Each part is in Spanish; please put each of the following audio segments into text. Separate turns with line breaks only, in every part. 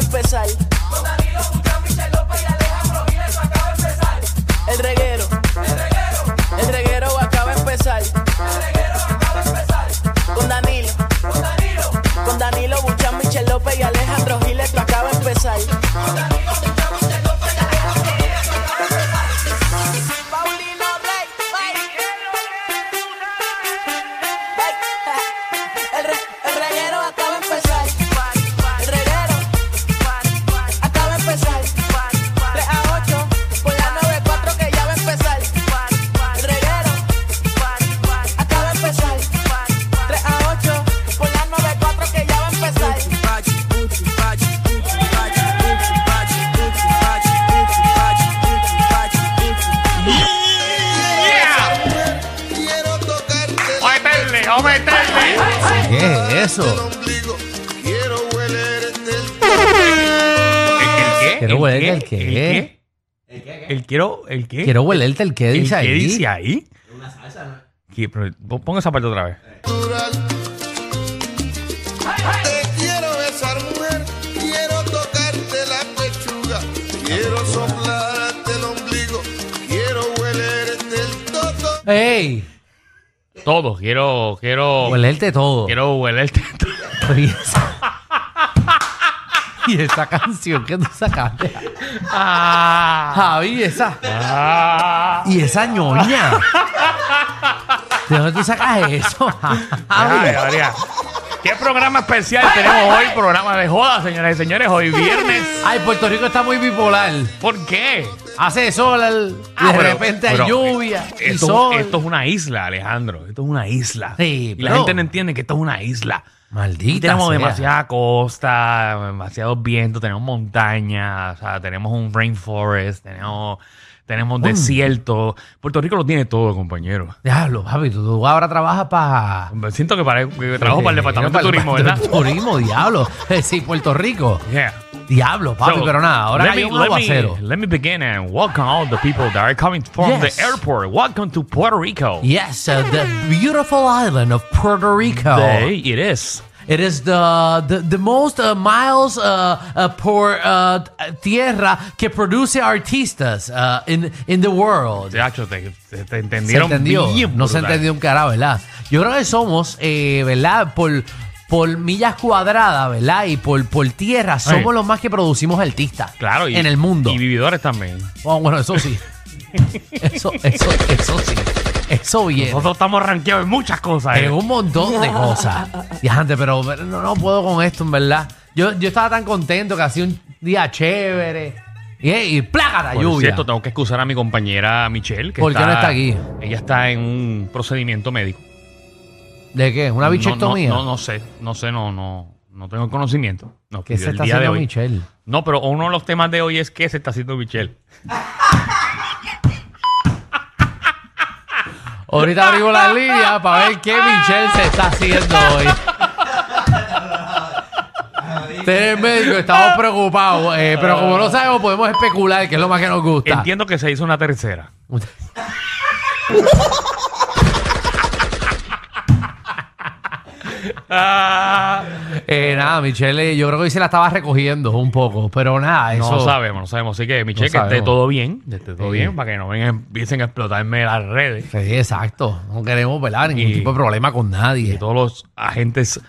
empezar.
Con Danilo Buchan, Michel López y Alejandro Giles, eso acaba de empezar.
El reguero,
El reguero,
el reguero acaba de empezar.
el reguero acaba de empezar.
Con Danilo,
Con Danilo,
con Danilo Buchan, Michel López y Alejandro Giles, esto acaba de empezar.
con Danilo Buchan, Michel López y Alejandro Giles, eso acaba de empezar.
Paulino Rey, El, re- el reguero acaba de empezar. El reguero acaba de empezar. 3 a 8 por la 94 que ya va a empezar. El reguero acaba de empezar. 3 a 8 por la 94 que ya va a empezar.
Quiero tocarte
Vamos a meterle, vamos a meterle.
¿Qué es
el
eso?
ombligo. Quiero huelerte el
¿El, el qué?
Quiero huelga, el
¿El
qué?
qué? ¿El quiero? ¿El qué?
Quiero huelerte el que
¿El
dice
qué
ahí.
dice ahí? ¿Qué? Pero pon- Pon esa parte otra vez.
natural. Te quiero besar, mujer. Quiero tocarte la pechuga. Quiero soplarte el ombligo. Quiero huelerte el toto.
¡Ey!
Todo, quiero, quiero,
Huelerte todo.
Oh. quiero huelerte.
Y esa, y esa canción que tú sacaste.
ah,
Javi, esa.
ah.
Y esa ñoña. ¿De dónde tú sacas eso?
Ay,
Javi?
María. ¿Qué programa especial tenemos hoy? Programa de joda, señoras y señores. Hoy viernes.
Ay, Puerto Rico está muy bipolar.
¿Por qué?
Hace sol, al-
Ah,
de
pero-
repente
pero,
hay lluvia
eh,
y
Esto,
sol.
esto es una isla, Alejandro. Esto es una isla.
Sí,
y
pero-
la gente no entiende que esto es una isla.
Maldita
tenemos
sea.
demasiada costa, demasiados vientos, tenemos montañas, o sea, tenemos un rainforest, tenemos,
Mm.
tenemos desierto. Puerto Rico lo tiene todo, compañero.
Diablo, papi, tú, tú ahora trabajas para...
Siento que, para, que trabajo para el departamento de turismo, ¿verdad?
Turismo, diablo. Eh, Sí, Puerto Rico.
Yeah.
Diablo, papi,
So,
pero nada, ahora
let
hay
me-
un
let me-
aguacero.
Let, me begin and welcome all the people that are coming from
Yes.
the airport. Welcome to Puerto Rico.
Yes, uh, the beautiful island of Puerto Rico.
There it is.
It is the the, the most uh, miles uh, uh, por uh, tierra que produce artistas uh, in in the world.
De hecho, te, te- te
¿Se
entendieron
entendió?
bien
No se
brutal.
entendió un carajo, ¿verdad? Yo creo que somos, eh, ¿verdad? Por por millas cuadradas, ¿verdad? Y por por tierra somos
Ay.
los más que producimos artistas.
Claro, y-
en el mundo.
Y vividores también.
Oh, bueno, eso sí. eso eso eso sí. Eso bien.
Nosotros estamos rankeados en muchas cosas. ¿eh?
En un montón de cosas. Y antes, pero pero no, no puedo con esto, en verdad. Yo, yo estaba tan contento que hacía un día chévere. Y, y plágata
Por
lluvia.
cierto, tengo que excusar a mi compañera Michelle. Que
¿Por qué no está aquí?
Ella está en un procedimiento médico.
¿De qué? ¿Una
No,
bichectomía?
No, no, no sé, no sé, no, no, no tengo el conocimiento. No,
¿Qué se
del
está
día de
haciendo
hoy.
Michelle?
No, pero uno de los temas de hoy es qué se está haciendo Michelle.
Ahorita abrimos la línea para ver qué Michelle se está haciendo hoy. Tener médico, estamos preocupados. eh, pero como no sabemos, podemos especular, que es lo más que nos gusta.
Entiendo que se hizo una tercera.
Eh, nada, Michelle, eh, yo creo que hoy se la estaba recogiendo un poco, pero nada, eso.
No sabemos, no sabemos. Así que, Michelle,
No
que esté
sabemos.
todo bien, que esté todo
Sí.
bien, para que no vengan, empiecen a explotarme las redes
Sí, exacto. No queremos velar ningún
Y-
tipo de problema con
y
nadie.
todos los agentes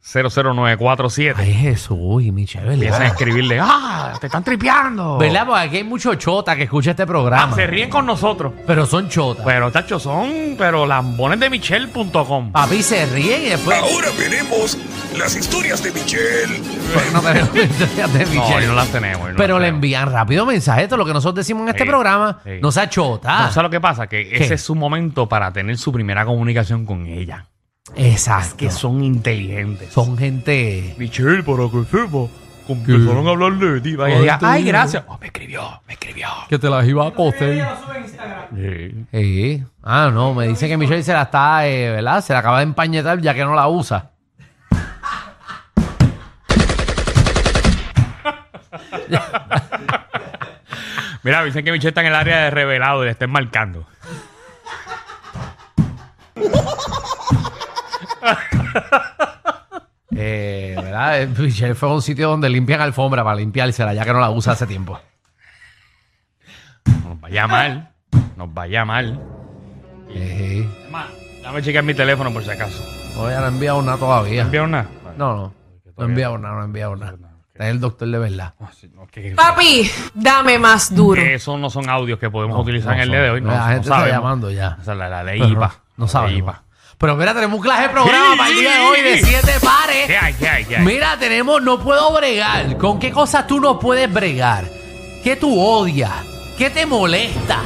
00947
Ay, Jesús, y Michelle,
empiezan a
¿verdad?
escribirle, ¡ah! ¡Te están tripeando!
¿Verdad? Porque aquí hay mucho chota que escucha este
Ah,
programa.
se ríen con nosotros.
Pero son chotas.
Pero, tacho, son pero lambonesdemichelle.com.
Papi se ríen y después.
Ahora veremos las historias de Michelle.
Pero no tenemos historias de
No,
Michelle.
hoy no las tenemos. hoy no
pero
las
le
tenemos.
envían rápido mensajes. Esto es lo que nosotros decimos en este
Sí,
programa.
sí.
No sea chota.
No, ¿Sabes lo que pasa? Que ese es su momento para tener su primera comunicación con ella.
Exacto.
Que son inteligentes.
Son gente.
Michelle, para que sepa, empezaron a hablar de ti. Vaya,
Ay,
ella,
tú.
Ay, gracias. Oh, me escribió, me escribió.
Que te las iba a coser.
Sí.
Sí. Ah, no, me dice que Michelle se la está, eh, ¿verdad? Se la acaba de empañetar ya que no la usa.
Mira, dicen que Michelle está en el área de revelado y le estén marcando.
Eh, ¿Verdad? Eh, Michelle fue a un sitio donde limpian alfombra para limpiársela, ya que no la usa hace tiempo.
Nos vaya mal. Nos vaya mal.
Eh,
Dame dame checar mi teléfono por si acaso.
no, ya no he enviado una todavía.
¿Envía una?
No, no. No he enviado una, no he enviado una. Está el doctor de verdad.
Ah, sí, no, que-
Papi, dame más duro.
que esos no son audios que podemos utilizar en el
son-
día de hoy. No,
la
no
gente está
sabemos.
llamando ya.
O sea, la, la ley
Pero
IVA.
No, no sabemos.
La ley
Pero mira, tenemos un clase de programa
Sí,
para el día
sí,
de hoy de
sí.
siete pares.
¿Qué hay, qué hay, qué hay?
Mira, tenemos No puedo bregar. ¿Con qué cosas tú no puedes bregar? ¿Qué tú odias? ¿Qué te molesta?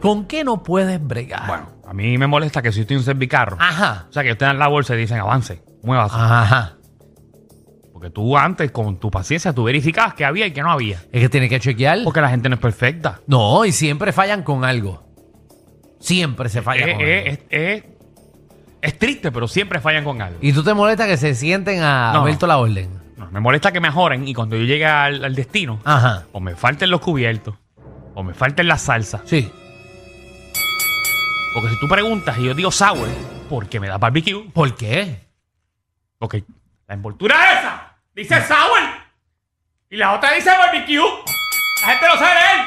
¿Con qué no puedes bregar?
Bueno, a mí me molesta que si estoy en un servicarro,
Ajá.
o sea, que usted en la bolsa y dicen avance, muévase.
Ah. Ajá.
Porque tú antes, con tu paciencia, tú verificabas que había y que no había.
Es que tienes que chequear.
Porque la gente no es perfecta.
No, y siempre fallan con algo. Siempre se falla
Es,
con algo.
es- es- es triste, pero siempre fallan con algo.
Y tú te molesta que se sienten a
No.
abierto la orden.
No, me molesta que me ajoren y cuando yo llegue al, al destino,
Ajá.
o me falten los cubiertos, o me falten las salsas.
Sí.
Porque si tú preguntas y yo digo sour, porque me da barbecue,
¿Por qué?
Ok. La envoltura esa dice sour y la otra dice barbecue. La gente no sabe leer.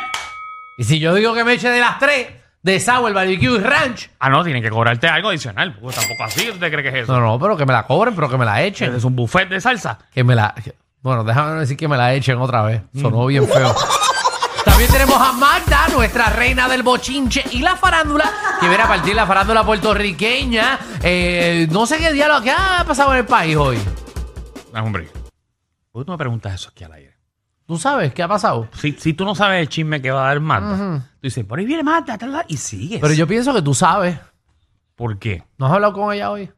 Y si yo digo que me eche de las tres, de sour, barbecue y ranch.
Ah, no, tienen que cobrarte algo adicional. Porque tampoco así, ¿tú te crees que es eso?
No, no, pero que me la cobren, pero que me la echen.
Es un buffet de salsa.
Que me la. que- Bueno, déjame decir que me la echen otra vez. Sonó
Mm.
bien feo. También tenemos a Magda, nuestra reina del bochinche y la farándula, que viene a partir la farándula puertorriqueña. Eh, no sé qué diálogo que ha pasado en el país hoy.
Ah, hombre. ¿Por qué tú me preguntas eso aquí al aire?
¿Tú sabes qué ha pasado?
Si, si tú no sabes el chisme que va a dar Magda, tú dices, por ahí viene Magda, tal, tal, y sigues.
Pero yo pienso que tú sabes.
¿Por qué?
¿No has hablado con ella hoy?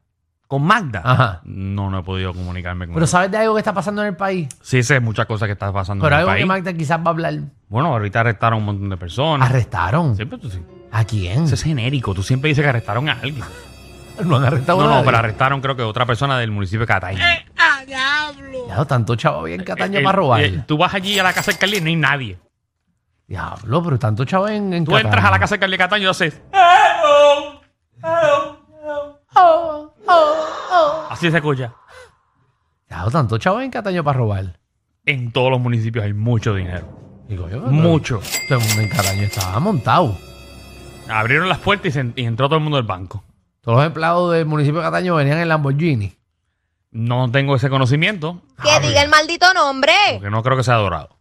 ¿Con Magda?
Ajá.
No, no he podido comunicarme con
Pero
ella.
sabes de algo que está pasando en el país.
Sí, sé muchas cosas que están pasando
Pero
en el
algo que
país.
Magda quizás va a hablar.
Bueno, ahorita arrestaron a un montón de personas.
¿Arrestaron?
Siempre tú sí.
¿A quién?
Eso es genérico. Tú siempre dices que arrestaron a alguien.
No han arrestado
No,
a
no,
nadie.
pero arrestaron creo que otra persona del municipio de Cataño.
Diablo, tanto chavo bien Cataño
Eh,
Eh, para robar.
eh, tú vas allí a la casa del Carlí y no hay nadie.
Diablo, pero tanto chavo en, en
Tú entras
Cataño.
a la casa del Carlí de Cataño y haces... Así se escucha.
Diablo, tanto chavo en Cataño para robar.
En todos los municipios hay mucho dinero.
Digo yo, pero
Mucho.
Todo el mundo en Cataño estaba montado.
Abrieron las puertas y, se en- y entró todo el mundo del banco.
Todos los empleados del municipio de Cataño venían en Lamborghini.
No tengo ese conocimiento.
Que diga el maldito nombre.
Porque no creo que sea dorado.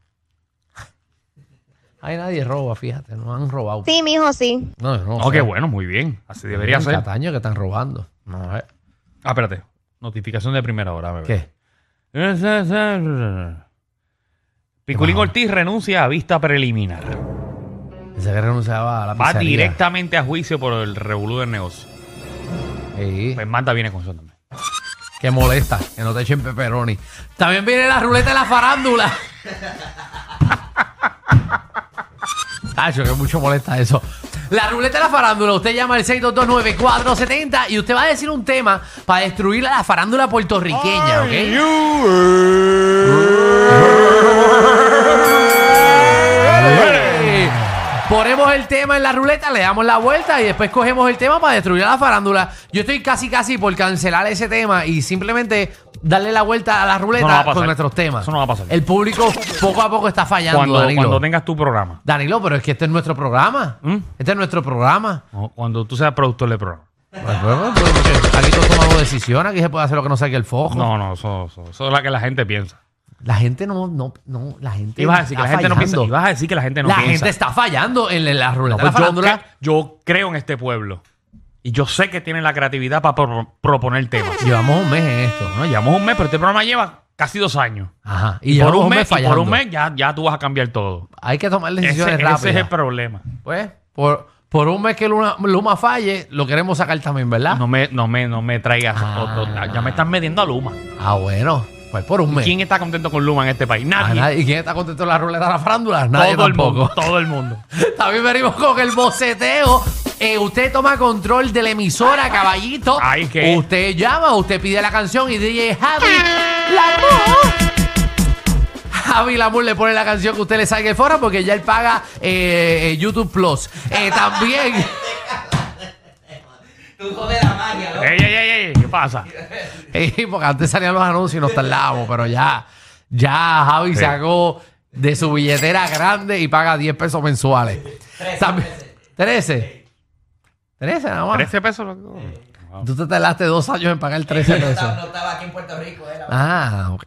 Ahí nadie roba, fíjate, no han robado.
Sí, mijo, sí.
No, yo no
No,
sé.
qué bueno, muy bien. Así debería
en
ser.
Cataño que están robando. No, eh.
Ah, espérate. Notificación de primera hora, bebé.
¿Qué?
Piculín
Wow.
Ortiz renuncia a vista preliminar.
Ese que renunciaba a la
Va
pizzería.
directamente a juicio por el revolú del negocio.
Sí.
Pues Manda viene con eso también.
Que molesta, que no te echen pepperoni. También viene la ruleta de la farándula. Tacho, que mucho molesta eso. La ruleta de la farándula, usted llama al 6229470 y usted va a decir un tema para destruir a la farándula puertorriqueña, ¿ok? Eh, Ponemos el tema en la ruleta, le damos la vuelta y después cogemos el tema para destruir a la farándula. Yo estoy casi casi por cancelar ese tema y simplemente darle la vuelta a la
Eso no va a
ruleta
pasar.
con nuestros temas.
Eso no va a pasar.
El público poco a poco está fallando,
Cuando,
Danilo.
cuando tengas tu programa,
Danilo, pero es que este es nuestro programa.
¿Mm?
Este es nuestro programa.
o cuando tú seas productor del programa.
Pues, bueno, pues, porque aquí todos tomamos decisiones, aquí se puede hacer lo que no saque el fojo.
No, no, eso, eso, eso es la que la gente piensa.
La gente no, no, no, la gente.
Y vas a decir que
está
la gente no piensa.
fallando.
Y vas a decir que la gente no
la
piensa.
gente está fallando en la- en la
No,
ruleta.
pues yo,
de la farándula.
cre- yo creo en este pueblo. Y yo sé que tienen la creatividad para pro- proponer temas.
Llevamos un mes en esto, ¿no?
Bueno, llevamos un mes, pero este programa lleva casi dos años.
Ajá. Y,
Y, por
llevamos
un mes, y por
fallando.
un mes ya, ya tú vas a cambiar todo.
Hay que tomar
Ese,
decisiones
ese
rápidas.
es el problema.
Pues, por, por un mes que Luma, Luma falle, lo queremos sacar también, ¿verdad?
No me, no me, no me traigas
Ah.
otro- Ya me están metiendo a Luma.
Ah, bueno. Pues por un mes.
¿Quién está contento con Luma en este país?
Ah,
Nadie.
nadie- ¿Y quién está contento en la ruleta de la farándula? Nadie
todo el
tampoco.
mundo. Todo el mundo.
También venimos con el boceteo. Eh, usted toma control de la emisora, caballito.
Ay, ¿qué?
Usted llama, usted pide la canción y DJ Javi Lamour. Javi Lamour le pone la canción que usted le salga de fuera porque ya él paga eh, eh, YouTube Plus. Eh, también.
Ey, ey, ey, ey, pasa?
Eh, porque antes salían los anuncios y nos tardábamos, pero ya, ya Javi
Sí.
sacó de su billetera grande y paga 10 pesos mensuales. También- 13. 13 nada más.
13 pesos. loco.
Tú te tardaste dos años en pagar 13 pesos.
No estaba aquí en Puerto Rico, era.
Ah, ok.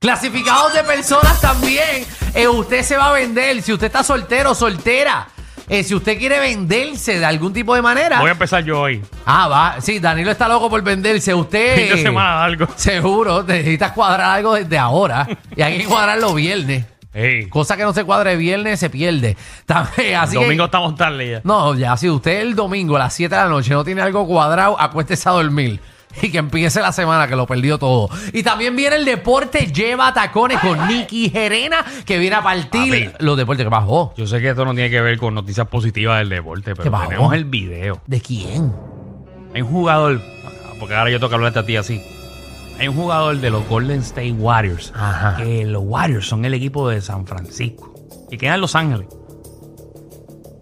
Clasificados de personas también. Eh, usted se va a vender. Si usted está soltero, soltera. eh, si usted quiere venderse de algún tipo de manera.
Voy a empezar yo hoy.
Ah, va. Sí, Danilo está loco por venderse. Usted.
Fin de semana algo.
Seguro, te necesitas cuadrar algo desde ahora. Y hay que cuadrarlo viernes.
Ey,
Cosa que no se cuadre viernes se pierde. También, así que-
domingo estamos tarde ya.
no, ya, si usted el domingo a las 7 de la noche no tiene algo cuadrado, acuéstese a dormir. Y que empiece la semana, que lo perdió todo. Y también viene el deporte Lleva Tacones con Nicky Gerena, que viene a partir
Papi.
los deportes que bajó.
Yo sé que esto no tiene que ver con noticias positivas del deporte,
¿Qué
pero
pasó?
tenemos el video.
¿De quién?
Hay un jugador, porque ahora yo toca hablarte a ti así. Hay un jugador de los Golden State Warriors.
Ajá.
Que los Warriors son el equipo de San Francisco. Y queda en Los Ángeles.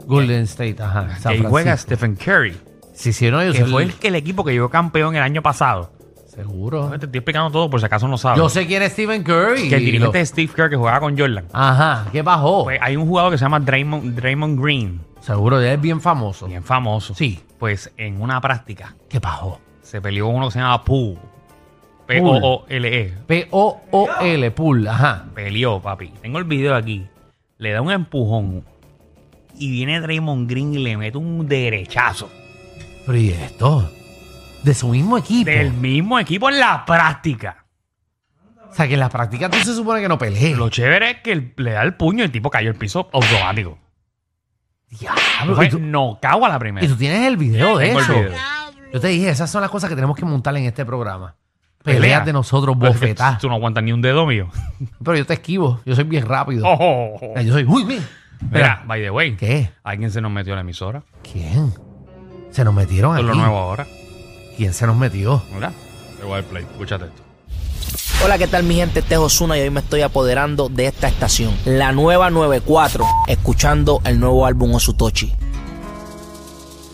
Golden State, ajá. San
que ahí juega
Francisco.
Stephen Curry.
Sí, sí, no, yo
Que
sé.
fue el, el equipo que llegó campeón el año pasado.
Seguro.
Te estoy explicando todo por si acaso no sabes.
Yo sé quién es Stephen Curry.
Que el
Y
dirigente
lo-
es Steve Kerr que jugaba con Jordan.
Ajá, ¿qué bajó?
Pues hay un jugador que se llama Draymond, Draymond Green,
Seguro, ya es bien famoso.
bien famoso.
Sí.
Pues en una práctica
¿Qué bajó?
se peleó con uno que se llamaba Poole. P-O-O-L-E.
P-O-O-L, pool, ajá.
Peleó, papi. Tengo el video aquí. Le da un empujón. Y viene Draymond Green y le mete un derechazo.
Pero ¿y esto? De su mismo equipo.
Del mismo equipo en la práctica.
O sea, que en la práctica tú se supone que no pelees.
Lo chévere es que el- le da el puño y el tipo cayó al piso automático.
Diablo,
Fue
y, tú,
nocao a la primera.
y tú tienes el video de
Tengo el
eso.
video.
Yo te dije, esas son las cosas que tenemos que montar en este programa.
Pelea.
Peleas de nosotros,
Pero es que
bofetadas.
Tú no aguantas ni un dedo mío. Oh,
Pero yo te esquivo, yo soy bien rápido.
Ojo, ojo.
O sea, Yo soy, uy, mira.
Mira,
Mira,
by the way.
¿Qué?
Alguien se nos metió a la emisora.
¿Quién? Se nos metieron
Esto
aquí.
es lo nuevo ahora.
¿Quién se nos metió?
¿Verdad? Te voy a dar play. Escúchate esto.
Hola, ¿qué tal mi gente? Este es Ozuna y hoy me estoy apoderando de esta estación, la nueva 94, escuchando el nuevo álbum Osutochi.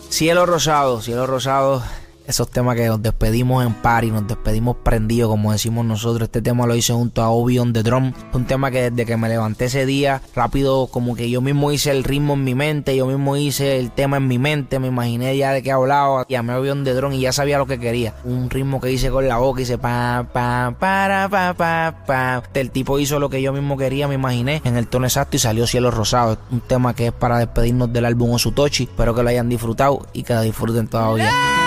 Cielo Rosado, Cielo Rosado, esos temas que nos despedimos en party, nos despedimos prendidos, como decimos nosotros. Este tema lo hice junto a Obi on the Drum. Un tema que desde que me levanté ese día, rápido, como que yo mismo hice el ritmo en mi mente, yo mismo hice el tema en mi mente, me imaginé ya de qué hablaba. Llamé a Obi on the Drum y ya sabía lo que quería. Un ritmo que hice con la boca, hice pa, pa, para, pa, pa, pa. El tipo hizo lo que yo mismo quería, me imaginé, en el tono exacto y salió Cielo Rosado. Un tema que es para despedirnos del álbum Osutochi. Espero que lo hayan disfrutado y que la disfruten todavía.